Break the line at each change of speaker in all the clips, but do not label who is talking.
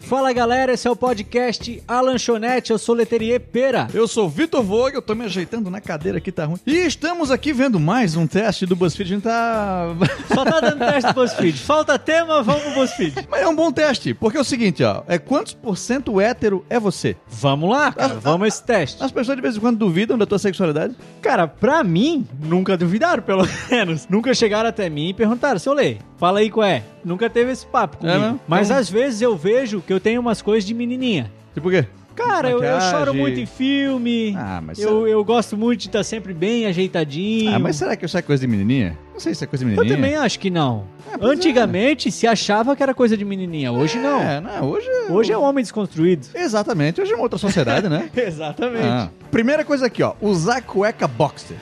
Fala galera, esse é o podcast A Lanchonete, eu sou Leterier Pera.
Eu sou o Vitor Vogue, eu tô me ajeitando na cadeira que tá ruim. E estamos aqui vendo mais um teste do BuzzFeed, a gente tá...
Só tá dando teste do BuzzFeed, falta tema, vamos pro BuzzFeed.
Mas é um bom teste, porque é o seguinte, ó, é quantos por cento hétero é você?
Vamos lá, cara, vamos a esse teste.
As pessoas de vez em quando duvidam da tua sexualidade.
Cara, pra mim, nunca duvidaram, pelo menos. Nunca chegaram até mim e perguntaram, seu Lê, fala aí qual é. Nunca teve esse papo comigo.
né?
Mas
Então-
às vezes eu vejo que eu tenho umas coisas de menininha.
Tipo o quê?
Cara, eu, eu
Maquiagem.
choro muito em filme.
Ah, mas
eu, eu gosto muito de estar sempre bem ajeitadinho.
Ah, mas será que isso é coisa de menininha? Não sei se é coisa de
Eu
menininha.
também acho que não.
É, pois
Antigamente se achava que era coisa de menininha, hoje não.
É, não, hoje...
Hoje é o homem desconstruído.
Exatamente, hoje é uma outra sociedade, né?
Exatamente.
Ah. Primeira coisa aqui, ó, usar cueca boxer.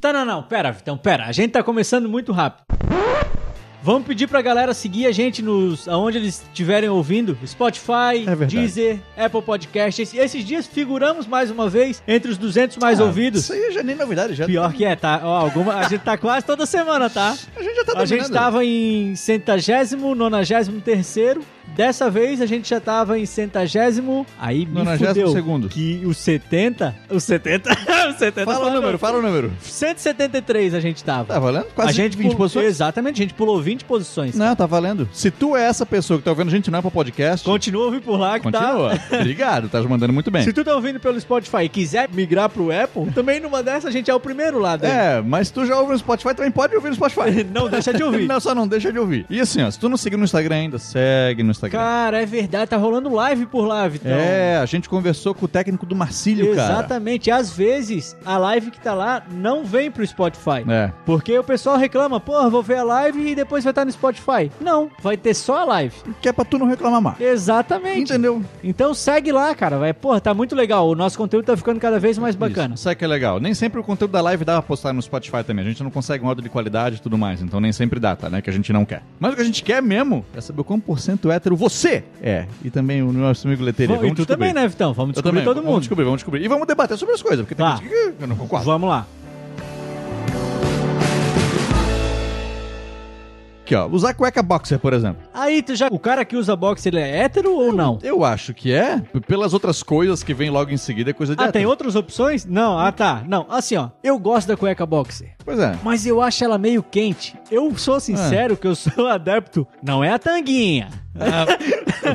Tá, não, não, pera, então, pera. A gente tá começando muito rápido. Vamos pedir pra galera seguir a gente nos aonde eles estiverem ouvindo, Spotify,
É verdade.
Deezer, Apple Podcasts. Esse- Esses dias figuramos mais uma vez entre os 200 mais
Ah,
ouvidos.
Isso aí já nem novidade, já.
Pior que é, tá? Ó, alguma, a gente tá quase toda semana, tá?
A gente já tá
A gente
dominando.
tava em centagésimo, nonagésimo terceiro. Dessa vez a gente já tava em centagésimo. Aí me
Nonagésimo
fudeu.
segundo.
Que o 70... O 70... o 70
Fala o
foi-
número, fala o número.
173 a gente tava.
Tá valendo? Quase
a gente
20
pulou-
posições.
Exatamente, a gente pulou 20 posições.
Não, tá valendo. Se tu é essa pessoa que tá ouvindo a gente não é pra podcast,
Continua ouvindo por lá que
continua.
tá.
Obrigado, tá mandando muito bem.
Se tu tá ouvindo pelo Spotify e quiser migrar pro Apple, também numa dessa a gente é o primeiro lá dentro.
É, mas tu já ouve no Spotify, também pode ouvir no Spotify.
Não deixa de ouvir.
É. Não, só não deixa de ouvir. E assim, ó, se tu não seguir no Instagram ainda, segue no Instagram.
Cara, é verdade, tá rolando live por lá, Vitão.
É, a gente conversou com o técnico do Marcílio, cara.
Exatamente. Às vezes, a live que tá lá não vem pro Spotify.
É.
Porque o pessoal reclama, porra, vou ver a live e depois vai estar no Spotify. Não, vai ter só a live.
Que é pra tu não reclamar mais.
Exatamente.
Entendeu?
Então segue lá, cara. Vai, porra, tá muito legal. O nosso conteúdo tá ficando cada vez mais bacana.
Isso, sabe que é legal? Nem sempre o conteúdo da live dá pra postar no Spotify também. A gente não consegue um áudio de qualidade e tudo mais, então nem sempre dá, tá, né? Que a gente não quer. Mas o que a gente quer mesmo é saber o quão por cento hétero você é. E também o nosso amigo Leteria.
Vamos, e tu também, né, Vitão? Vamos
Eu
descobrir
também.
todo
Vamos
mundo.
descobrir, vamos descobrir. E vamos debater sobre as coisas, porque tem
Tá.
gente que eu não concordo.
Vamos lá.
Aqui, ó. Usar cueca boxer, por exemplo.
Aí, tu já. O cara que usa boxe, ele é hétero ou não?
Eu acho que é. p- Pelas outras coisas que vem logo em seguida, é coisa de
Ah,
hétero.
tem outras opções? Não, ah tá. Não, assim ó, eu gosto da cueca boxer.
Pois é.
Mas eu acho ela meio quente. Eu sou
Ah.
sincero que eu sou adepto. Não é a tanguinha.
Eu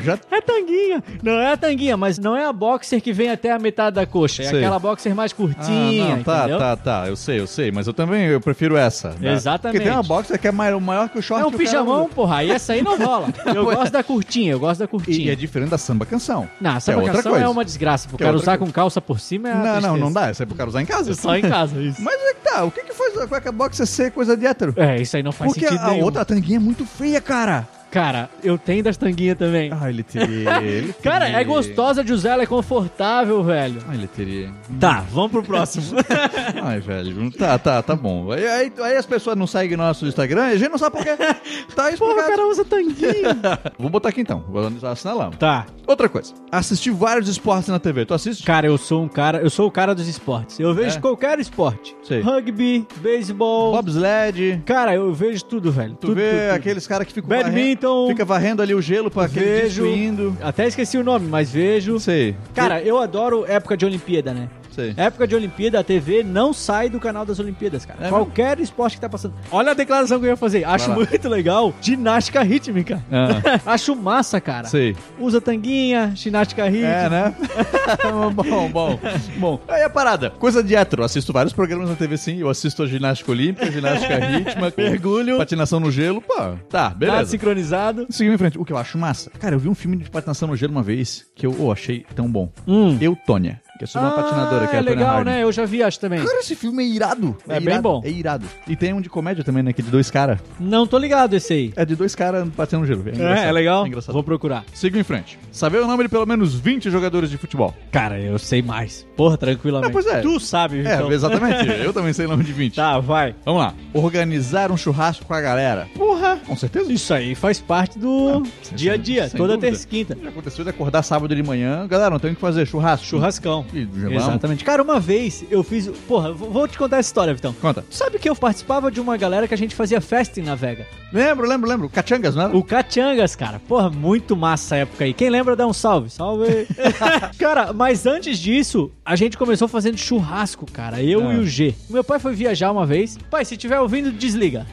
já
É tanguinha. Não é a tanguinha, mas não é a boxer que vem até a metade da coxa. É
Sei.
aquela boxer mais curtinha.
Ah, não, tá,
entendeu?
tá, tá. Eu sei, eu sei. Mas eu também eu prefiro essa. né?
Exatamente.
Porque tem uma boxer que é maior, maior que o short.
É um
que o cara
pijamão,
usa.
porra. Aí essa aí não rola. Eu
Pois é.
gosto da curtinha, eu gosto da
E, e
curtinha.
é diferente da samba canção.
Não, essa
é outra
vacação é,
coisa.
uma desgraça. Pro
Que é
cara
outra
usar
coisa.
com calça por cima é uma
Não, não,
tristeza.
não dá. Essa é pro cara usar em casa.
É só em casa, isso.
Mas é que tá. O que que faz a cueca boxer ser coisa de hétero?
É, isso aí não faz
Porque
sentido
a
nenhum.
outra tanguinha é muito feia, cara.
Cara, eu tenho das tanguinhas também.
Ah, ele teria. ele
Cara,
teria.
é gostosa de usar, ela é confortável, velho.
Ah, ele teria.
Tá, vamos pro próximo.
Ai, velho. Tá, tá, tá bom. Aí, aí- aí as pessoas não seguem nosso Instagram e a gente não sabe por quê. Tá
Porra, o
explicado.
cara usa tanguinha.
Vou botar aqui então. Vou assinalar.
tá.
Outra coisa. Assistir vários esportes na TV. Tu assiste?
Cara, eu sou um cara, eu sou o cara dos esportes. Eu vejo
É?
qualquer esporte.
Sei.
Rugby, beisebol.
Bobsled.
Cara, eu vejo tudo, velho.
Tu
tudo,
vê
tudo, tudo.
aqueles caras que ficam
Badminton.
varrendo, fica varrendo ali o gelo pra aquele
Vejo.
destruindo.
Até esqueci o nome, mas vejo.
Não sei.
Cara, eu adoro época de Olimpíada, né?
Sei.
Época de Olimpíada, a TV não sai do canal das Olimpíadas, cara.
É
Qualquer esporte que tá passando. Olha a declaração que eu ia fazer. Acho
Vai lá.
muito legal. Ginástica rítmica.
Ah,
Acho massa, cara.
sei.
Usa tanguinha, ginástica
É,
rítmica.
né? bom, bom. Bom, aí a parada. Coisa de hétero. Assisto vários programas na TV, sim. Eu assisto a ginástica olímpica, ginástica rítmica, mergulho, patinação no gelo. Pô, tá,
Nada
beleza.
sincronizado.
Seguindo em frente, o que eu acho massa. Cara, eu vi um filme de patinação no gelo uma vez que eu oh, achei tão bom.
Hum.
Eu, Tônia, que é sobre uma patinadora, que é a
é
Tônia
legal,
Harding.
né? Eu já vi, acho também.
Cara, esse filme é irado.
É bem
irado,
bom.
É irado. E tem um de comédia também, né? Que é de dois caras.
Não tô ligado esse aí.
É de dois caras batendo no gelo. É,
É,
engraçado.
é legal?
É engraçado.
Vou procurar.
Siga em frente. Saber o nome de pelo menos 20 jogadores de futebol.
Cara, eu sei mais. Porra, tranquilamente.
É, pois é.
Tu sabe, Vitão.
É, exatamente. Eu também sei o nome de 20.
Tá, vai.
Vamos lá. Organizar um churrasco com a galera.
Porra.
Com certeza.
Isso aí faz parte do
Ah, sem-
dia a dia,
sem
toda
dúvida.
terça e quinta.
Já aconteceu de acordar sábado de manhã. Galera, não tem o que fazer. Churrasco.
Churrascão.
E gelão.
Exatamente. Cara, uma vez eu fiz. Porra, vou vou te contar essa história, Vitão.
Conta.
Tu sabe que eu participava de uma galera que a gente fazia festa em Navega?
Lembro, lembro, lembro. né? Catangas, não era?
O Catangas, cara. Porra, muito massa a época aí. Quem lembra, dá um salve. Salve! cara, mas antes disso, a gente começou fazendo churrasco, cara. Eu
Ah.
e o G. O meu pai foi viajar uma vez. Pai, se tiver ouvindo, desliga.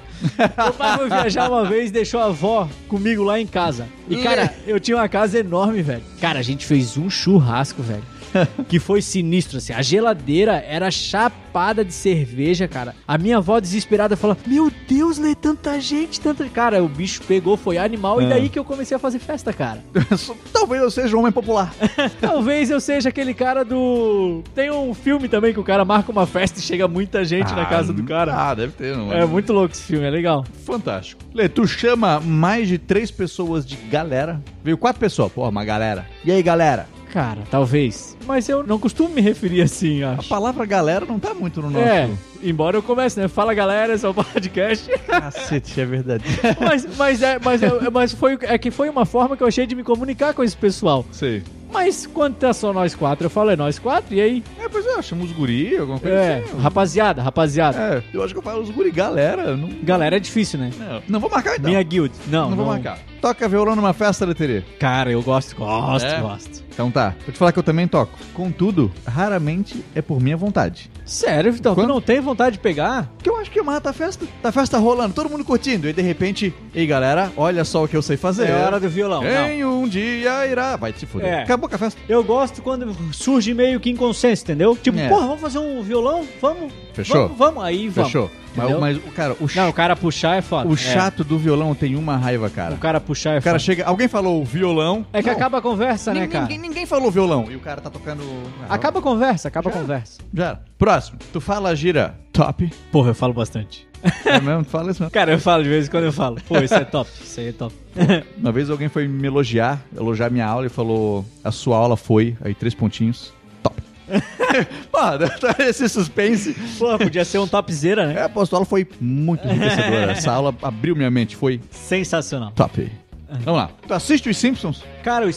meu pai foi viajar uma vez e deixou a avó comigo lá em casa. E, cara, eu tinha uma casa enorme, velho. Cara, a gente fez um churrasco, velho. que foi sinistro, assim. A geladeira era chapada de cerveja, cara. A minha avó desesperada falou: Meu Deus, Lê, tanta gente, tanta. Cara, o bicho pegou, foi animal, e
Ah.
daí que eu comecei a fazer festa, cara.
Talvez eu seja um homem popular.
Talvez eu seja aquele cara do. Tem um filme também que o cara marca uma festa e chega muita gente na casa do cara.
Ah, deve ter, não
É muito louco esse filme, é legal.
Fantástico. Lê, tu chama mais de três pessoas de galera. Veio quatro pessoas. Porra, uma galera. E aí, galera?
Cara, talvez. Mas eu não costumo me referir assim,
A
acho.
palavra galera não tá muito no nosso...
É, embora eu comece, né? Fala galera, esse é o podcast.
Cacete, é verdade.
mas, mas, é, mas, é, mas foi, é que foi uma forma que eu achei de me comunicar com esse pessoal.
Sei.
Mas quando tá só nós quatro, eu falo, é nós quatro, e aí?
É, pois é, chama os guri, alguma coisa
É,
assim.
rapaziada, rapaziada.
É, eu acho que eu falo os guri, galera. Não,
Galera, é difícil, né?
não. não vou marcar então.
Minha guild. Não,
não, vou marcar. Toca violão numa festa, Leteria.
Cara, eu gosto, gosto,
É?
gosto.
Então tá. Vou te falar que eu também toco. Contudo, raramente é por minha vontade.
Sério, Vitão, tu
Quando-
não tem vontade de pegar?
Porque eu acho que mata a festa. Tá a festa rolando, todo mundo curtindo. E de repente, ei galera, olha só o que eu sei fazer.
É hora do violão. Não.
Em um dia irá. Vai te fuder.
É.
Acabou com a festa.
Eu gosto quando surge meio que inconsenso, entendeu? Tipo,
É.
porra, vamos fazer um violão? Vamos.
Fechou?
Vamos, vamos. aí vamos.
Fechou. Mas,
Entendeu?
mas, o cara, o, ch-
Não, o cara puxar é foda.
o
É.
chato do violão tem uma raiva, cara.
O cara puxar é
O cara
foda.
chega. Alguém falou violão.
É que
Não,
acaba a conversa, né,
ninguém,
cara?
ninguém, ninguém falou violão. E o cara tá tocando. Ah,
Acaba a conversa, acaba a
Já?
conversa.
Já. era. Próximo. Tu fala a gira top.
Porra, eu falo bastante.
É mesmo? Tu fala isso mesmo.
Cara, eu falo de vez em quando eu falo. Pô, isso é top, isso aí é top.
Uma vez alguém foi me elogiar, elogiar minha aula e falou: A sua aula foi, aí três pontinhos, top. Mano, esse suspense.
Pô, podia ser um topzera, né?
É, pô, a sua aula foi muito enriquecedora. Essa aula abriu minha mente, foi
Sensacional.
top. Vamos lá. Tu assiste os Simpsons?
Cara, os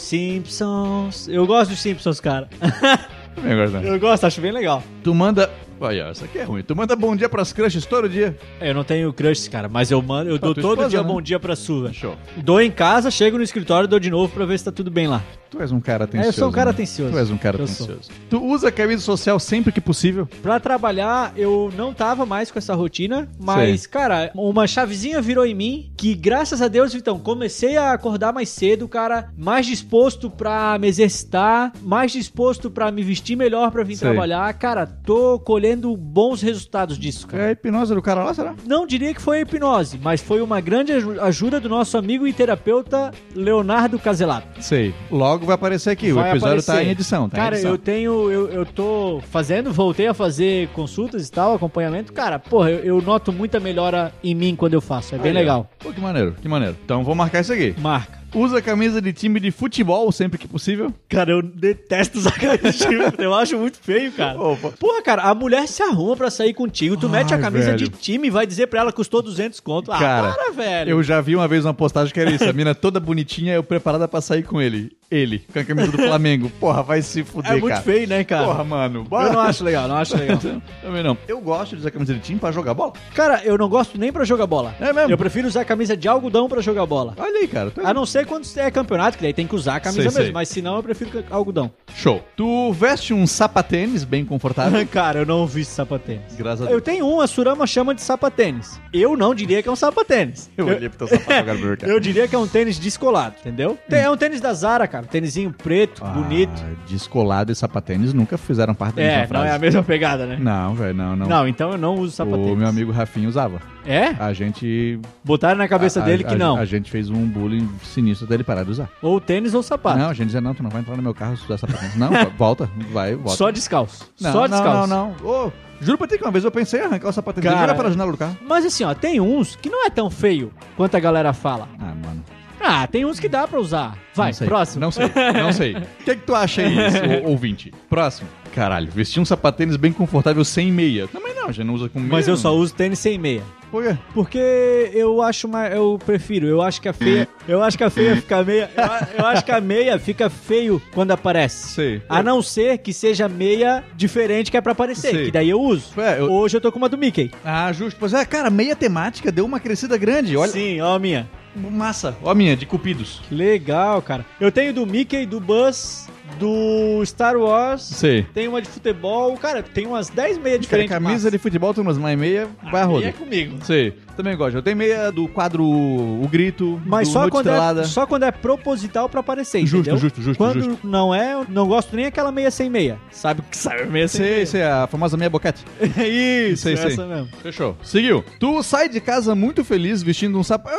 Simpsons. Eu gosto dos Simpsons, cara.
Também agora não. né?
Eu gosto, acho bem legal.
Tu manda. Olha, essa aqui é ruim. Tu manda bom dia pras crushes todo dia.
É, Eu não tenho crush, cara, mas eu mando, eu
Pra
dou
tua
todo
esposa,
dia
né?
bom dia pra sua.
Show.
Dou em casa, chego no escritório, dou de novo pra ver se tá tudo bem lá.
Tu és um
É,
cara atencioso.
eu sou um cara
né?
atencioso.
Tu és um cara
Eu sou.
atencioso. Tu usa camisa social sempre que possível?
Pra trabalhar, eu não tava mais com essa rotina, mas, cara, uma chavezinha virou em mim que, graças a Deus, então, comecei a acordar mais cedo, cara, mais disposto pra me exercitar, mais disposto pra me vestir melhor pra vir
Sei.
trabalhar. Cara, tô colhendo bons resultados disso,
É a
cara.
hipnose do cara lá, será?
Não diria que foi a hipnose, mas foi uma grande aju- ajuda do nosso amigo e terapeuta Leonardo Caselato.
Sei. Logo vai aparecer aqui. o
Vai
episódio tá
aparecer.
em edição, tá? em
Cara,
edição.
eu tenho. Eu, eu tô fazendo, voltei a fazer consultas e tal, acompanhamento. Cara, porra, eu, eu noto muita melhora em mim quando eu faço. É bem
Aí, ó.
legal.
Pô, que maneiro, que maneiro. Então vou marcar isso aqui.
Marca.
Usa a camisa de time de futebol sempre que possível.
Cara, eu detesto usar camisa. eu acho muito feio, cara.
Opa.
Porra, cara, a mulher se arruma pra sair contigo, tu
Ai,
mete a camisa
velho.
de time e vai dizer pra ela que custou 200 conto. Ah,
Cara,
para, velho.
Eu já vi uma vez uma postagem que era isso. A mina toda bonitinha, eu preparada pra sair com ele. Ele, com a camisa do Flamengo. Porra, vai se
É
fuder,
muito
cara.
feio, né, cara?
Porra, mano. Bora.
eu não acho legal, não acho legal.
Também não. Eu gosto de usar camisa de time pra jogar bola.
Cara, eu não gosto nem pra jogar bola.
É mesmo?
Eu prefiro usar camisa de algodão pra jogar bola.
Olha aí, cara. Tu é-
A não ser quando é campeonato, que daí tem que usar a camisa
Sei,
mesmo.
sei.
Mas se não, eu prefiro ca- algodão.
Show. Tu veste um sapatênis bem confortável.
Cara, eu não visto sapatênis.
Tá. Graças a Deus.
Eu tenho um, a Surama chama de sapatênis. Eu não diria que é um sapatênis.
Eu olhei pro teu sapato agora, meu cara.
Eu diria que é um tênis descolado, entendeu? Tem- É um tênis da Zara, cara. Tênisinho preto, bonito.
Ah, descolado e sapatênis nunca fizeram parte da
É,
mesma
não é a
frase.
mesma pegada, né?
Não, velho, não, não.
Não, então eu não uso sapatênis.
o meu amigo Rafinha usava.
É?
A gente.
Botaram na cabeça
a-
dele
a-
que
a-
não.
A gente fez um bullying sinistro dele parar de usar.
Ou tênis ou sapato.
Não, a gente dizia, não, tu não vai entrar no meu carro se usar sapatênis. Não, volta, vai, volta.
Só descalço.
não,
Só
não,
descalço.
não, não, Ô, juro pra ti que uma vez eu pensei em arrancar o sapatênis
Cara.
e jogar pela janela do carro.
Mas assim, ó, tem uns que não é tão feio quanto a galera fala.
Ah, mano.
Ah, tem uns que dá pra usar. Vai,
não sei.
próximo.
Não sei, não sei. O que, é que tu acha aí, esse ô- ouvinte? Próximo. Caralho, vestir um sapatênis bem confortável sem meia. Também não, a gente não usa com meia.
Mas eu
não.
só uso tênis sem meia.
Por quê?
Porque eu acho mais. Eu prefiro, eu acho que a feia. Eu acho que a feia fica meia. Eu, a- eu acho que a meia fica feio quando aparece.
Sei.
A não ser que seja meia diferente que é pra aparecer,
Sei.
que daí eu uso.
É, eu-
Hoje eu tô com uma do Mickey.
Ah, justo. Pois é, cara, meia temática deu uma crescida grande. Olha,
Sim, ó a minha.
massa. Ó a minha, de cupidos.
Legal, cara. Eu tenho do Mickey, do Buzz, do Star Wars.
Sei.
Tem uma de futebol. Cara, tem umas 10 meias
Cara,
diferentes.
camisa de futebol, tu umas mais meia, vai a
massa.
roda.
E é comigo.
Sei. Também gosto. Eu tenho meia do quadro O Grito,
Mas
do
só
Noite
quando,
Estrelada.
é, só quando é proposital pra aparecer,
Justo,
entendeu?
justo, justo,
Quando
justo.
não é, eu não gosto nem aquela meia sem meia. Sabe que sabe meia sem
Sei,
meia.
sei, a famosa meia boquete.
Isso,
Sei, sei.
essa mesmo.
Fechou. Seguiu. Tu sai de casa muito feliz vestindo um sapato.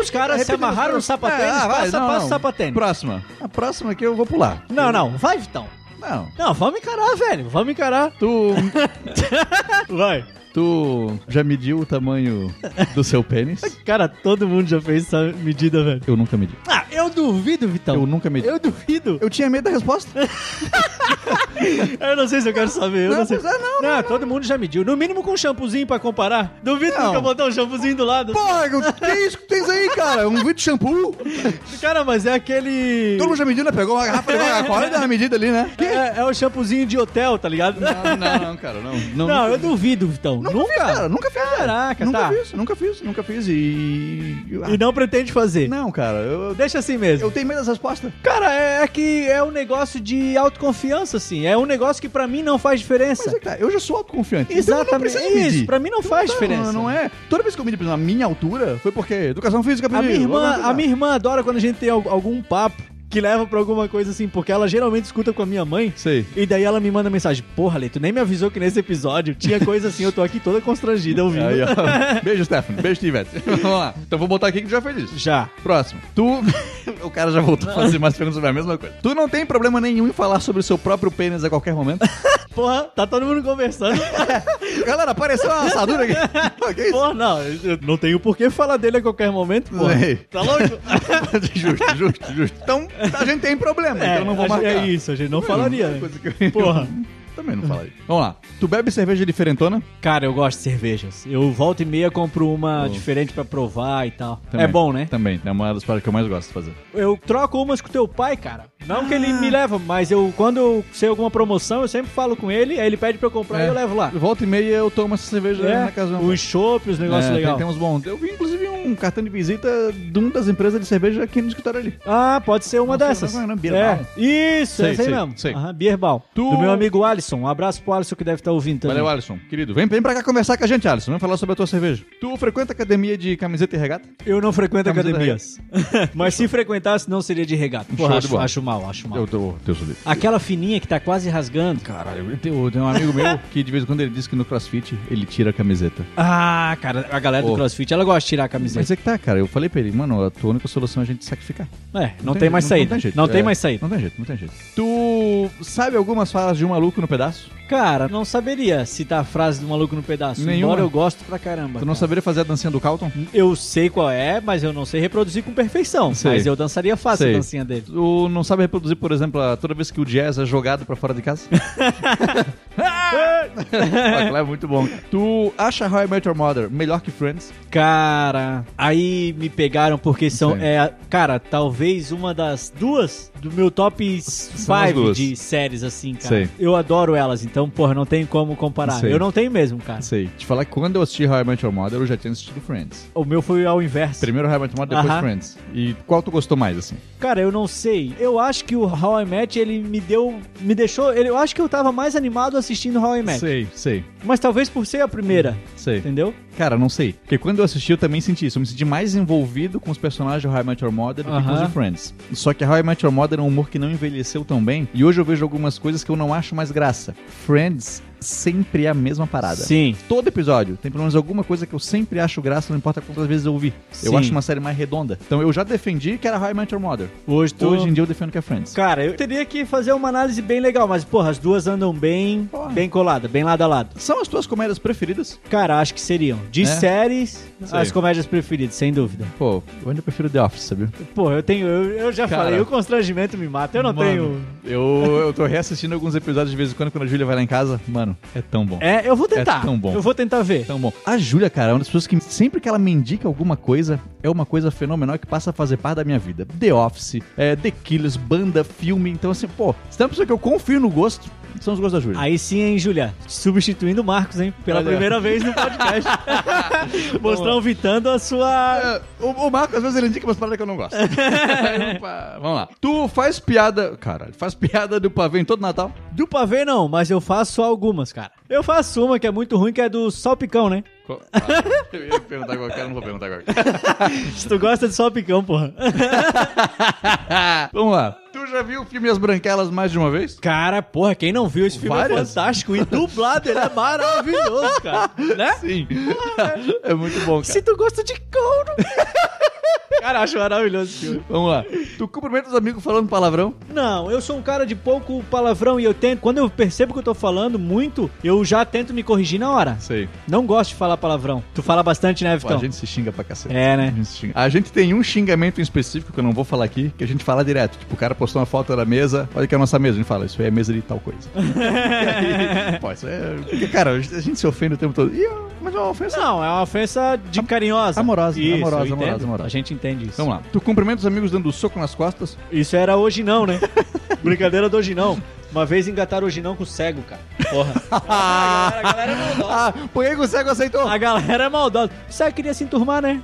Os caras se amarraram no sapatênis,
É,
passa, passa o sapatênis.
Próxima. A próxima aqui eu vou pular.
Não, não, vai, Vitão.
Não.
Não, vamos encarar, velho. Vamos encarar.
Tu,
Vai.
tu já mediu o tamanho do seu pênis?
Cara, todo mundo já fez essa medida, velho.
Eu nunca medi.
Ah, eu duvido, Vitão.
Eu nunca medi.
Então. Eu duvido.
Eu tinha medo da resposta.
Eu não sei se eu quero saber. Eu não,
Não,
sei.
pois é, não,
todo mundo já mediu. No mínimo com um shampoozinho pra comparar. Duvido
Não.
nunca botar um shampoozinho do lado.
Porra, que isso que tens aí, cara? Um vídeo de shampoo?
Cara, mas é aquele.
Todo mundo já mediu, né? Pegou uma garrafa de Coca-Cola e deu uma medida ali, né?
É, é o shampoozinho de hotel, tá ligado? Não,
Não, não, não, cara, não. Não,
eu duvido, Vitão.
Nunca,
Nunca?
fiz, cara, nunca fiz. cara.
Caraca,
nunca
tá.
fiz, nunca fiz, nunca fiz e... ah,
E não pretende fazer.
Não, cara, eu, eu-
Deixa assim mesmo.
eu tenho medo das respostas.
Cara, é, é que é um negócio de autoconfiança, assim. É um negócio que pra mim não faz
Mas
diferença.
é que tá, eu já sou autoconfiante.
Exatamente.
Então eu não
é
preciso
isso,
medir.
pra mim não faz
Não,
diferença.
Não é. Toda vez que eu medi na minha altura, foi porque educação física
A minha,
primeiro, alguma
irmã,
coisa.
a minha irmã adora quando a gente tem al- algum papo que leva pra alguma coisa assim, porque ela geralmente escuta com a minha mãe.
Sei.
E daí ela me manda mensagem: Porra, Lê, tu nem me avisou que nesse episódio tinha coisa assim, eu tô aqui toda constrangida ouvindo.
Aí, ó. Beijo, Stephanie. Beijo, Tivete. Vamos lá. Então vou botar aqui que já fez isso.
Já.
Próximo. Tu. o cara já voltou a fazer mais perguntas sobre a mesma coisa. Tu não tem problema nenhum em falar sobre o seu próprio pênis a qualquer momento?
Porra, tá todo mundo conversando.
É Galera, apareceu uma assadura aqui. que isso?
Porra, não, eu não tenho por que falar dele a qualquer momento, porra.
Sei.
Tá louco?
justo, justo, justo. Então, a gente tem problema, então eu não vou
a gente-
marcar.
é isso, a gente não
Também
falaria.
não é
né?
coisa que eu-
Porra.
Também não falaria. Vamos lá. Tu bebe cerveja diferentona?
Cara, eu gosto de cervejas. Eu volto e meia compro uma diferente pra provar e tal. É
Também.
bom, né?
Também. É uma das paradas que eu mais gosto de fazer.
Eu troco umas com teu pai, cara. Não que
Ah.
ele me leva, mas eu quando eu sei alguma promoção, eu sempre falo com ele, aí ele pede pra eu comprar e eu levo lá. É,
Volta e meia É. eu tomo essa cerveja na casa do meu
os chopp, os
pai.
negócios
É, tem-
legais.
Tem, uns bons. Eu vi, inclusive, um cartão de visita de uma das empresas de cerveja aqui no escritório ali.
Ah, pode ser uma
Não sei,
dessas.
não é, não,
é.
Bierbal.
Isso,
Sei,
é isso aí
sei,
mesmo.
sei.
Aham, Bierbal.
Tu-
Do meu amigo Alisson. Um abraço pro Alisson que deve estar ouvindo também.
Valeu, Alisson. Querido, vem, vem pra cá conversar com a gente, Alisson. Vamos falar sobre a tua cerveja. Tu frequenta academia de camiseta e regata?
Eu não frequento
Camisa da
academias. Mas se frequentasse, não seria de regata.
Show
Porra,
de
acho,
bola.
acho mal, acho mal.
tô, eu sou dele.
Aquela fininha que tá quase rasgando.
Caralho, eu tenho, eu tenho um amigo meu que de vez em quando ele diz que no crossfit ele tira a camiseta.
Ah, cara, a galera do
Ô.
CrossFit, ela gosta de tirar a
Mas
camiseta.
é que tá, cara. Eu falei pra ele, mano, a tua única solução é a gente sacrificar.
É, não, tem, mais saída. Não tem,
jeito. É,
mais saída.
Não tem jeito, não tem jeito. Tu sabe algumas falas de um maluco no pedaço?
Cara, não saberia citar a frase do maluco no pedaço.
Nenhuma.
Embora eu gosto pra caramba.
Tu não
cara.
saberia fazer a dancinha do Calton?
Eu sei qual é, mas eu não sei reproduzir com perfeição.
Sei.
Mas eu dançaria fácil
Sei.
a dancinha dele.
Tu não sabe reproduzir, por exemplo, a- toda vez que o jazz é jogado pra fora de casa? Ah, aquilo é muito bom. cara. Tu acha How I Met Your Mother melhor que Friends?
Cara, aí me pegaram porque são.
Sim.
É, cara, talvez uma das duas do meu top
as
5
duas.
de séries, assim, cara.
Sei.
Eu adoro elas, então, porra, não tem como comparar.
Sei.
Eu não tenho mesmo, cara.
Sei. Te falar que quando eu assisti How I Met Your Mother, eu já tinha assistido Friends.
O meu foi ao inverso.
Primeiro How I Met Your Mother, depois
Aham.
Friends. E qual tu gostou mais, assim?
Cara, eu não sei. Eu acho que o How I Met, ele me deu. Me deixou. ele- eu acho que eu tava mais animado assistindo How I Met.
Sei, sei,
Mas talvez por ser a primeira,
sei.
entendeu?
Cara, não sei. Porque quando eu assisti, eu também senti isso. Eu me senti mais envolvido com os personagens de How I Met Your Mother do que com os
Aham.
de Friends. Só que How I Met Your Mother é um humor que não envelheceu tão bem. E hoje eu vejo algumas coisas que eu não acho mais graça. Friends sempre é a mesma parada.
Sim.
Todo episódio tem pelo menos alguma coisa que eu sempre acho graça, não importa quantas vezes eu ouvi.
Sim.
Eu acho uma série mais redonda. Então eu já defendi que era How I Met Your Mother.
Hoje tu.
Hoje em dia eu defendo que é Friends.
Cara, eu teria que fazer uma análise bem legal, mas, porra, as duas andam bem,
Porra.
bem colada, bem lado a lado.
São as tuas comédias preferidas?
Cara, acho que seriam. De
É?
séries,
Sei.
as comédias preferidas, sem dúvida.
Pô, eu ainda prefiro The Office, sabia?
Pô, eu tenho. Eu, eu já
Cara.
falei, o constrangimento me mata. Eu não
Mano,
tenho.
Eu, eu tô reassistindo alguns episódios de vez em quando quando a Júlia vai lá em casa. Mano, é tão bom.
É, eu vou tentar.
tão bom.
Eu vou tentar ver.
Tão bom. A Júlia, cara, é uma das pessoas que sempre que ela me indica alguma coisa, é uma coisa fenomenal que passa a fazer parte da minha vida. The Office, é, The Killers, banda, filme. Então, assim, pô, se tem uma pessoa que eu confio no gosto, são os gostos da Júlia.
Aí sim, hein, Julia? Substituindo o Marcos, hein? Pela
Olha.
primeira vez no podcast. Mostrão vitando a sua.
É, O, o Marco, às vezes, ele indica umas paradas que eu não gosto. Opa, Vamos lá. Tu faz piada. Caralho, faz piada do pavê em todo Natal?
Do pavê, não, mas eu faço algumas, cara. Eu faço uma que é muito ruim, que é do salpicão, né?
Co- Ah, eu ia perguntar agora, cara, não vou perguntar agora.
Se tu gosta de salpicão, porra.
Vamos lá. Tu já viu o filme As Branquelas mais de uma vez?
Cara, porra, quem não viu esse filme é
Várias?
fantástico. E dublado, ele é maravilhoso, cara. Né?
Sim. é muito bom, cara.
Se tu gosta de couro. cara, acho maravilhoso esse filme.
Vamos lá. Tu cumprimenta os amigos falando palavrão?
Não, eu sou um cara de pouco palavrão e eu tento. Quando eu percebo que eu tô falando muito, eu já tento me corrigir na hora.
Sei.
Não gosto de falar palavrão. Tu fala bastante, né,
Pô, a
Vitão?
gente se xinga pra cacete.
É, né?
A gente, se xinga. Então. a gente tem um xingamento em específico que eu não vou falar aqui, que a gente fala direto. Tipo, o cara postou uma foto da mesa, olha que é a nossa mesa. A gente fala, isso aí é mesa de tal coisa. E aí, pô, isso é. porque, Cara, a gente a gente se ofende o tempo todo. E, ah, mas é uma ofensa.
Não, é uma ofensa de carinhosa.
amorosa,
Isso,
amorosa,
eu entendo.
amorosa, amorosa.
A gente entende isso.
Vamos lá. Tu cumprimenta os amigos dando soco nas costas?
Isso era hoje não, né? Brincadeira do hoje não. Uma vez engataram hoje não com cego, cara. Porra. Ah, a, galera, a galera é maldosa.
Ah, por que que o cego aceitou?
A galera é maldosa. Você queria se enturmar, né?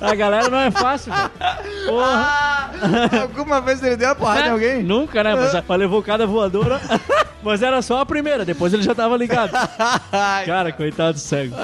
a galera não é fácil, velho. Porra.
Alguma vez ele deu uma porrada em alguém?
Nunca, né? Mas, mas levou cada voadora. Mas era só a primeira, depois ele já tava ligado. Cara, coitado do cego.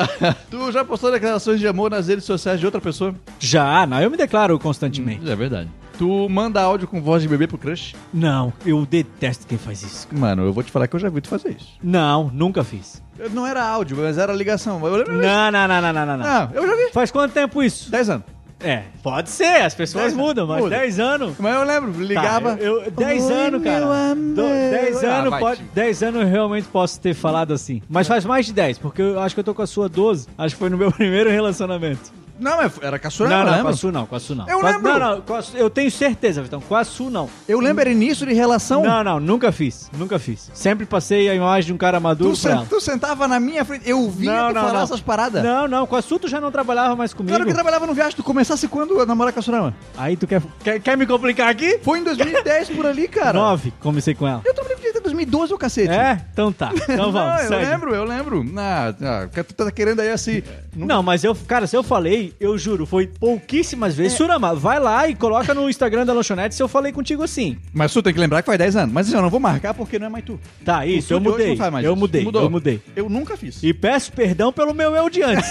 Tu já postou declarações de amor nas redes sociais de outra pessoa?
Já, não, eu me declaro constantemente.
É verdade. Tu manda áudio com voz de bebê pro crush?
Não, eu detesto quem faz isso.
Mano, eu vou te falar que eu já vi tu fazer isso.
Não, nunca fiz.
Eu- Não era áudio, mas era ligação. Eu lembro.
Não, não, não, não, não, não. não.
Ah, eu já vi.
Faz quanto tempo isso?
10 anos.
É, pode ser, as pessoas
Dez
mudam, mas
muda.
10 anos.
Mas eu lembro, ligava.
Tá, eu, eu- 10 anos, cara. 10
Ah,
anos, pode, 10 anos eu realmente posso ter falado assim. Mas faz mais de 10, porque eu acho que eu tô com a sua 12. Acho que foi no meu primeiro relacionamento.
Não, mas era caçura,
não,
eu
não, com
lembro.
a Su não, com a Su não.
Eu
Com a-
lembro.
Não, não, com a Su- eu tenho certeza, Vitão, com a Su não.
Eu lembro, era início de relação.
Não, não, nunca fiz, nunca fiz. Sempre passei a imagem de um cara maduro
tu,
pra
sen-
ela.
tu sentava na minha frente. Eu via
Não,
tu
não,
falar
não.
essas paradas.
Não, não, com a Su tu já não trabalhava mais comigo.
Claro que trabalhava no viagem, tu começasse quando a namorar com a Surama?
Aí tu quer, quer, quer me complicar aqui?
Foi em 2010 por ali, cara.
9, comecei com ela.
Eu também podia ter 2012 o cacete.
É? Então tá, então vamos,
não, eu
segue.
lembro, eu lembro. Ah, ah, que tu tá querendo aí assim. Não,
Não, mas eu, cara, se eu falei, eu juro, foi pouquíssimas vezes.
É.
Surama, vai lá e coloca no Instagram da lanchonete se eu falei contigo assim.
Mas tu tem que lembrar que faz 10 anos. Mas assim, eu não vou marcar porque não é mais tu.
Tá, isso,
Tu
eu
de hoje
mudei.
não faz mais
Eu
isso.
mudei,
Mudou.
eu mudei.
Eu nunca fiz.
E peço perdão pelo meu eu de antes.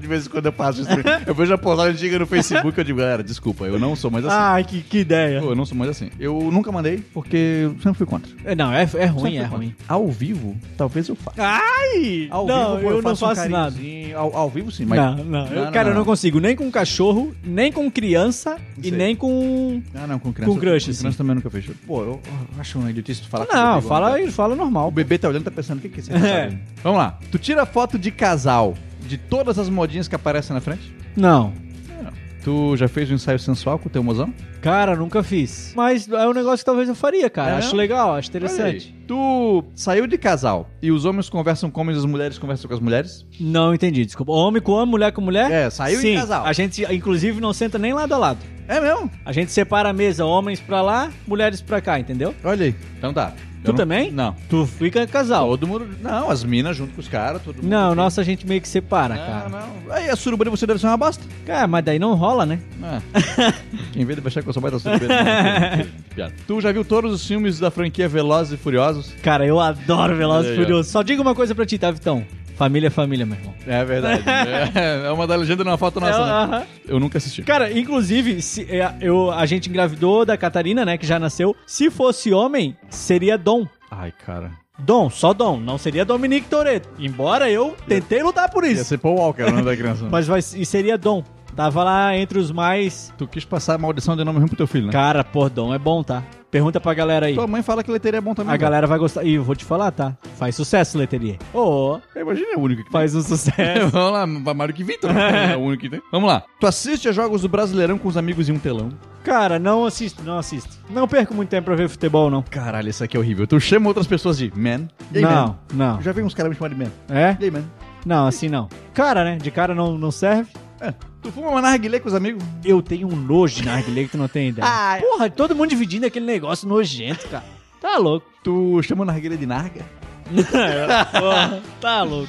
de vez em quando eu passo isso. Eu vejo a postagem antiga no Facebook eu digo, galera, desculpa, eu não sou mais assim.
Ai, que, que ideia.
Pô, Eu não sou mais assim. Eu nunca mandei porque eu sempre fui contra.
É, Não, é, é ruim,
Sempre
é
fui
ruim.
contra. Ao vivo, talvez eu faça.
Ai!
Ao
não,
vivo, pô,
eu não
um
faço nada.
carinhozinho. Ao, ao vivo, sim, mas.
Não, não, eu- Cara, eu não consigo nem com cachorro, nem com criança e
Sei.
nem com.
Ah, não, com criança.
Com crush,
criança
assim.
também nunca fez. Pô, eu, eu acho uma idiotice tu falar com
Não,
bebê,
fala,
né?
fala normal.
O bebê tá olhando e tá pensando, o que que é esse rapaz aí?" Vamos lá. Tu tira foto de casal de todas as modinhas que aparecem na frente?
Não.
Tu já fez um ensaio sensual com o teu mozão?
Cara, nunca fiz. Mas é um negócio que talvez eu faria, cara.
É?
Acho legal, acho interessante.
Olha aí. Tu saiu de casal e os homens conversam com homens e as mulheres conversam com as mulheres?
Não entendi, desculpa. Homem com homem, mulher com mulher?
É, saiu de
Sim,
casal.
A gente, inclusive, não senta nem lado a lado.
É mesmo?
A gente separa a mesa, homens pra lá, mulheres pra cá, entendeu?
Olha aí. Então tá.
Tu também?
Não.
Tu fica casal.
Todo mundo. Não, as minas junto com os caras, todo mundo.
Não,
junto.
nossa, a gente meio que separa,
Não,
cara.
não. Aí a suruba de você deve ser uma bosta.
Cara, mas daí não rola, né?
Ah. Em vez de baixar com a sua baita tá suruba. Piada. tu já viu todos os filmes da franquia Velozes e Furiosos?
Cara, eu adoro Velozes e
Aí, ó.
Furiosos. Só diga uma coisa pra ti, tá, Vitão? Família é família, meu irmão.
É verdade. é, é uma da legenda numa foto nossa,
É,
né?
aham.
Eu nunca assisti.
Cara, inclusive, se, é, eu, a gente engravidou da Catarina, né, que já nasceu. Se fosse homem, seria Dom.
Ai, cara.
Dom, só Dom. Não seria Dominique Toretto. Embora eu tentei lutar por
Ia
isso.
ser Paul Walker, o nome da criança.
Mas vai, e seria Dom. Tava lá entre os mais.
Tu quis passar a maldição de nome ruim pro teu filho, né?
Cara, pô, Dom é bom, tá? Pergunta pra galera aí.
Tua mãe fala que leiteria é bom também.
A galera vai gostar. E eu vou te falar, tá? Faz sucesso, Leterier. Ô,
cara. Imagina, é o único que
faz um sucesso.
Vamos lá, Mário que Vitor. É o único que tem. Vamos lá. Tu assiste a jogos do Brasileirão com os amigos em um telão.
Cara, não assisto, não assisto. Não perco muito tempo pra ver futebol, não.
Caralho, isso aqui é horrível. Tu chama outras pessoas de man. E aí,
não,
man?
não.
Já vi uns caras me chamar de man.
É?
E aí, man?
Não, assim não. Cara, né? De cara não, não serve.
É. Tu fuma uma narguilé com os amigos?
Eu tenho um nojo de narguilé que tu não tem ideia.
Ah, é.
Porra, todo mundo dividindo aquele negócio nojento, cara. Tá louco.
Tu chama a narguilé de narga?
Porra, tá louco.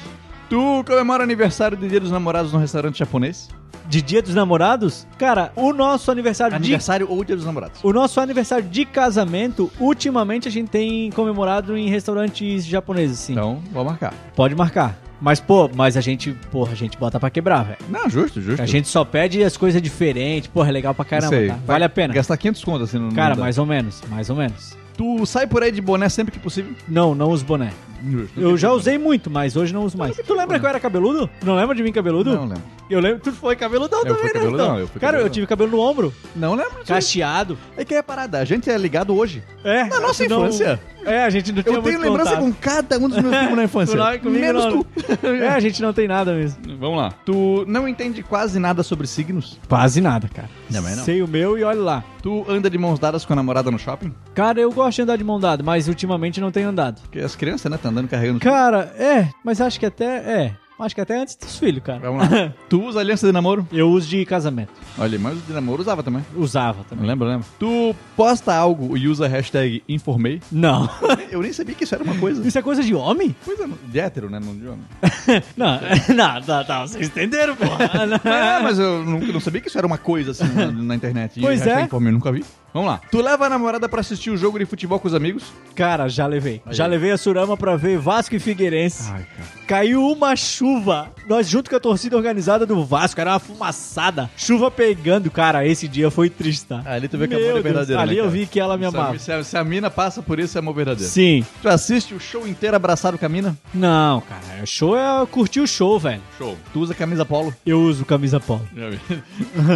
Tu comemora aniversário do Dia dos Namorados num restaurante japonês?
De dia dos namorados? Cara, o nosso aniversário, de...
Aniversário ou Dia dos Namorados?
O nosso aniversário de casamento, ultimamente a gente tem comemorado em restaurantes japoneses, sim.
Então, vou marcar.
Pode marcar. Mas, pô, mas a gente, porra, a gente bota pra quebrar, velho.
Não, justo, justo.
A gente só pede as coisas diferentes, porra, é legal pra caramba,
Sei.
tá? Vale a pena.
Gastar 500 conto assim no
Cara,
no-
mais ou menos, mais ou menos.
Tu sai por aí de boné sempre que possível?
Não, não uso boné.
Justo.
Eu já usei muito, mas hoje não uso mais. Tu lembra que eu era cabeludo? Não lembra de mim cabeludo?
Não lembro.
Eu lembro, tu foi cabeludão
Eu
também,
fui
né?
cabeludão,
então?
eu fui
Cara, eu
cabeludão.
tive cabelo no ombro,
Não lembro. disso.
cacheado.
É que é a parada. A gente é ligado hoje.
É,
Na nossa
senão-
infância.
É, a gente não tinha
Eu tenho
muito
lembrança
contato.
com cada um dos meus primos na infância.
Não, comigo
Menos
não.
tu.
É, a gente não tem nada mesmo.
Vamos lá. Tu não entende quase nada sobre signos?
Quase nada, cara.
Também não.
Sei o meu e olha lá.
Tu anda de mãos dadas com a namorada no shopping?
Cara, eu gosto de andar de mão dada, mas ultimamente não tenho andado.
Porque as crianças, né, tá andando carregando.
Cara, é, mas acho que até. É. Acho que até antes dos filhos, cara.
Vamos lá. tu usa aliança de namoro?
Eu uso de casamento.
Olha, mas o de namoro usava também.
Usava também.
Lembra, lembra? Tu posta algo e usa a hashtag informei?
Não.
Eu nem sabia que isso era uma coisa.
Isso é coisa de homem?
Coisa de hétero, né? Não de homem.
Não, não, não, não, vocês entenderam, porra.
É, mas eu nunca não sabia que isso era uma coisa assim na, na internet. E
Pois
hashtag
é.
informei, eu nunca vi. Vamos lá. Tu leva a namorada pra assistir o jogo de futebol com os amigos?
Cara, já levei.
Aí.
Já levei a Surama pra ver Vasco e Figueirense.
cara.
Caiu uma chuva. Nós, junto com a torcida organizada do Vasco, era uma fumaçada. Chuva pegando, cara. Esse dia foi triste, tá?
Ali tu vê que
Meu
amor é
Deus,
verdadeiro.
Ali
né,
eu
cara?
vi que ela me
Se a-
amava.
Se a, se a mina passa por isso, é amor verdadeiro.
Sim.
Tu assiste o show inteiro abraçado com a mina?
Não, cara. Show é curtir o show, velho.
Show. Tu usa camisa polo?
Eu uso camisa polo.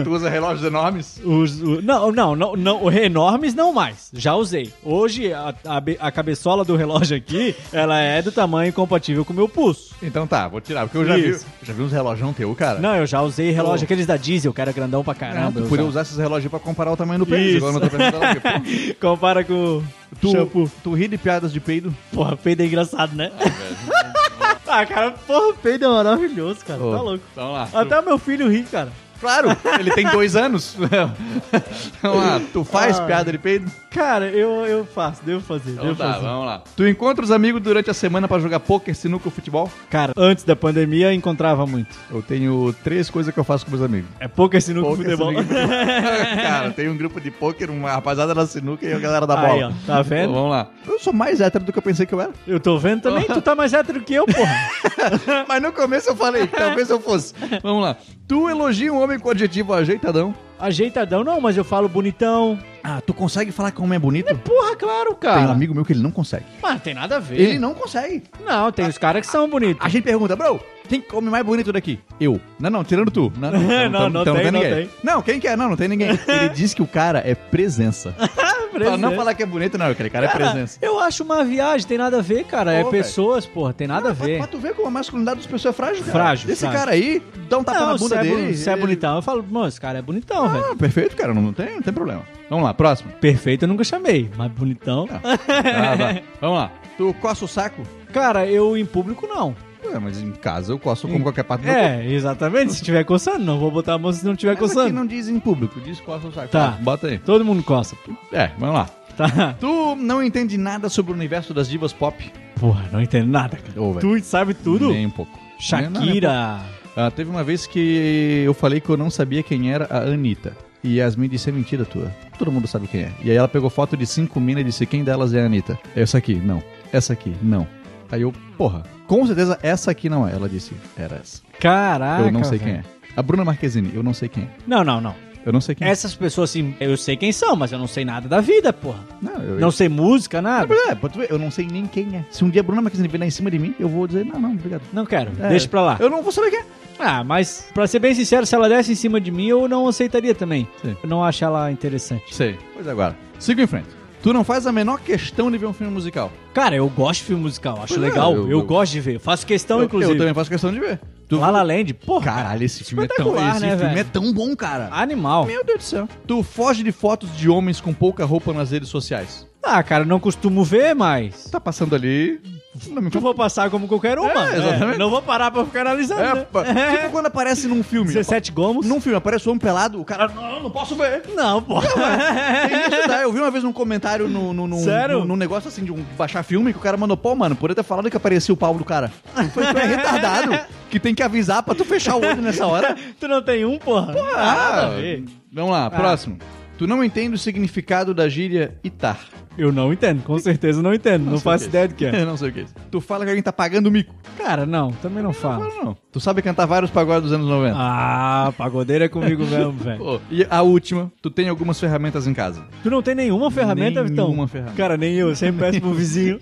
tu usa relógios enormes?
Os- o- não, não, não, não, o- enormes não mais. Já usei. Hoje a, a be- a cabeçola do relógio aqui, ela é do tamanho compatível com o meu pulso.
Então tá, vou tirar, porque eu já
Isso.
vi. Já vi uns relógio teu, cara.
Não, eu já usei relógio,
Oh.
aqueles da diesel, que era grandão pra
Não,
caramba.
É. tu
eu
podia
usava.
usar esses relógios pra comparar o tamanho do pênis.
Isso.
Agora eu não tô perguntando lá, porque, pô,
Compara com o shampoo.
tu, tu ri de piadas de peido?
Porra, peido é engraçado, né? ah, cara, porra, peido é maravilhoso, cara. Tá
Oh.
louco.
Vamos lá.
Até o meu filho ri, cara.
Claro, ele tem dois anos. Vamos lá, tu faz
Ah.
piada de peido? tá,
Cara, eu, eu faço, devo fazer, devo fazer.
Então vamos lá. Tu encontra os amigos durante a semana pra jogar pôquer, sinuca ou futebol?
Cara, antes da pandemia eu encontrava muito.
Eu tenho três coisas que eu faço com meus amigos.
É pouca sinuca e futebol.
sinuca e futebol. Cara, tem um grupo de pôquer, uma rapaziada da sinuca e a galera da
Aí,
bola.
ó, tá vendo?
Vamos lá. Eu sou mais hétero do que eu pensei que eu era.
Eu tô vendo também, tu tá mais hétero que eu, porra.
Mas no começo eu falei, talvez eu fosse. Vamos lá. Tu elogia um homem com adjetivo ajeitadão.
Ajeitadão não, mas eu falo bonitão.
Ah, tu consegue falar que um homem é bonito?
Porra, claro, cara.
Tem um amigo meu que ele não consegue. É.
Mas não Ah, tem nada a ver.
Ele não consegue.
Não, tem os caras que são bonitos.
A gente pergunta, bro, quem come mais bonito daqui? Eu. Não, não, tirando tu. Não,
Não, não tem, não
ninguém.
tem.
Não, quem que é? Não, não tem ninguém. Ele diz que o cara é presença. Ah, Pra não falar que é bonito, não, aquele cara é presença.
Eu acho uma viagem, tem nada a ver, cara. é
Pô, velho.
pessoas, porra, tem nada a
Pra- Pra
ver.
tu ver como a masculinidade das pessoas é frágil, cara.
Frágil,
Esse
frágil.
cara aí, dá um tapa na
se
bunda
é,
dele.
bu- se é
ele-
bonitão, eu falo, mano, esse cara é bonitão, velho.
Ah, perfeito, cara. Não tem, não tem problema. Vamos lá, próximo.
Perfeito eu nunca chamei, mas bonitão.
Ah, vai. Vamos lá. Tu coça o saco?
Cara, eu em público não.
Ué, mas em casa eu coço como qualquer parte do meu corpo.
É, exatamente. Se tiver coçando, não vou botar a mão se não tiver
Mas aqui
coçando.
não diz em público, diz coça o saco.
Tá.
Bota aí.
Todo mundo coça. pô.
É, vamos lá.
Tá.
Tu não entende nada sobre o universo das divas pop?
Porra, não entendo nada, cara.
Ô, velho.
tu sabe tudo?
Nem um pouco. Nem- não, nem um pouco.
Shakira.
Ah, teve uma vez que eu falei que eu não sabia quem era a Anitta. E Yasmin disse, é mentira tua. Todo mundo sabe quem é. E aí ela pegou foto de cinco minas e disse, quem delas é a Anitta? Essa aqui, não. Essa aqui, não. Aí eu, porra, com certeza essa aqui não é. Ela disse, era essa.
Caraca.
eu não sei
Ah, velho.
quem é. A Bruna Marquezine, eu não sei quem é.
Não, não, não.
Eu não sei quem é.
Essas pessoas, assim, eu sei quem são, mas eu não sei nada da vida, porra.
Não, eu...
Não sei música, nada.
É, pra tu ver, eu não sei nem quem é. Se um dia a Bruna Marquezine vier em cima de mim, eu vou dizer, não, não, obrigado.
Não quero,
É,
deixa pra lá.
Eu não vou saber quem é.
Ah, mas pra ser bem sincero, se ela desse em cima de mim, eu não aceitaria também.
Sim.
Eu não acho ela interessante.
Sei. Pois agora. Siga em frente. Tu não faz a menor questão de ver um filme musical.
Cara, eu gosto de filme musical, acho
Pois é,
legal.
eu-
eu,
eu-
gosto de ver. Faço questão,
eu, eu
inclusive.
também faço questão de ver. Tu-
La La Land, porra.
Caralho, esse filme é tão,
Espetacular,
esse
né,
filme
velho?
é tão bom, cara.
Animal.
Ah, Meu Deus do céu. Tu foge de fotos de homens com pouca roupa nas redes sociais.
Ah, cara, não costumo ver, mas.
Tá passando ali. Não me
Eu vou passar como qualquer uma. né?
É, exatamente.
Não vou parar pra ficar analisando.
É,
né?
pa-
É.
Tipo quando aparece num filme.
17 gomos?
Num filme aparece um homem pelado, o cara, não, não posso ver.
Não, pô.
Tem isso, tá? Eu vi uma vez num comentário no, no, no,
Sério?
no- num negócio assim de um de baixar filme que o cara mandou, pô, mano, poderia ter falado que aparecia o pau do cara. Eu Falei, tu é retardado que tem que avisar pra tu fechar o olho nessa hora. ah.
tu não tem um, porra? Porra! Nada a ver. Ah.
vamos lá, próximo. Tu não entende o significado da gíria itar.
Eu não entendo, com certeza não entendo. Não, faço ideia do que é.
Eu não sei o que é isso. Tu fala que alguém tá pagando mico.
Cara, não, também não
Não,
falo.
não, não. Tu sabe cantar vários pagodes dos anos 90.
Ah, pagodeira é comigo mesmo, velho.
Pô, e a última, tu tem algumas ferramentas em casa.
Tu não tem nenhuma ferramenta, Vitão?
Nenhuma ferramenta.
Cara, nem eu, eu sempre peço pro vizinho.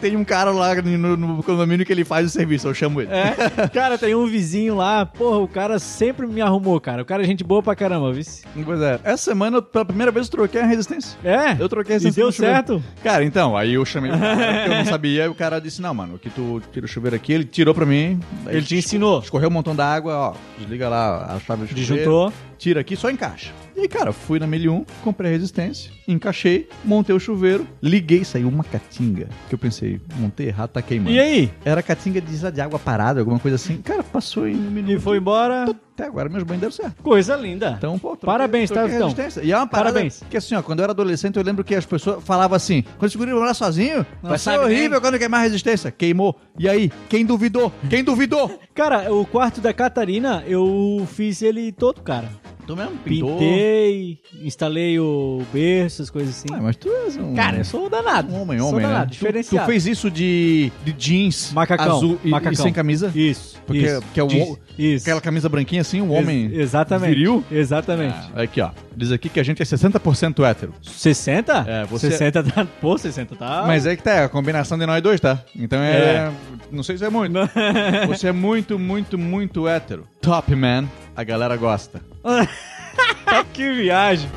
Tem um cara lá no, no condomínio que ele faz o serviço, eu chamo ele.
É. Cara, tem um vizinho lá, porra, o cara sempre me arrumou, cara. O cara é gente boa pra caramba, viu?
Pois é. Essa semana, pela primeira vez, eu troquei a resistência.
É?
Eu troquei a
E
resistência.
deu
do chuveiro.
certo?
Cara, então, aí eu chamei o cara, porque eu não sabia, e o cara disse, não, mano, que tu tira o chuveiro aqui, ele tirou pra mim. daí
Ele te ensinou.
Escorreu um montão da água, ó, desliga lá a chave do chuveiro.
Disjuntou.
Tira aqui, só encaixa. E aí, cara, fui na 1001, comprei a resistência, encaixei, montei o chuveiro, liguei, saiu uma catinga. Que eu pensei, montei errado, tá queimando.
E aí?
Era catinga de, sei lá, de água parada, alguma coisa assim. Cara, passou em um
E
minuto.
foi embora.
Até agora meus banhos deram certo.
Coisa linda.
Então, pô, troquei-
Parabéns,
troquei
tá, Vitão?
resistência. E é uma parada
Parabéns.
que assim, ó, quando eu era adolescente, eu lembro que as pessoas falavam assim, quando esse guri vai morar sozinho,
Não
vai ser
sabe
horrível
nem.
quando queimar a resistência. Queimou. E aí, quem duvidou? Quem duvidou?
Cara, o quarto da Catarina, eu fiz ele todo, cara.
tu mesmo pintou.
Pintei, instalei o berço, as coisas assim.
Ah, mas tu és um...
Cara, eu sou um danado.
um homem,
sou
homem, né?
danado,
Tu- Tu,
diferenciado.
fez isso de, de jeans
Macacão,
azul e, e
macacão.
sem camisa?
Isso.
Porque-
isso,
porque é o-
diz- Isso.
Aquela camisa branquinha assim, um
Ex-
homem...
Exatamente.
viril?
Exatamente.
Ah, aqui, ó. Diz aqui que a gente é 60% hétero.
60?
É, você-
60 tá. Pô, 60 tá.
Mas é que tá, é a combinação de nós dois, tá? Então é.
É.
Não sei se é muito. Você é muito, muito, muito hétero. Top, man. A galera gosta.
Ah, que viagem.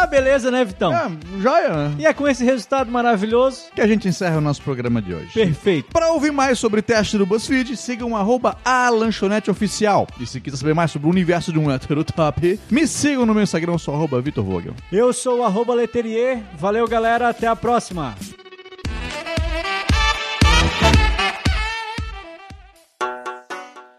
Ah, beleza, né, Vitão?
É, joia, né?
E é com esse resultado maravilhoso.
Que a gente encerra o nosso programa de hoje.
Perfeito.
Para ouvir mais sobre o teste do BuzzFeed, sigam arroba a lanchonete oficial. E se quiser saber mais sobre o universo de um hétero top, me sigam no meu Instagram, eu sou arroba Vitor Vogel.
Eu sou o arroba Leterier. Valeu, galera. Até a próxima.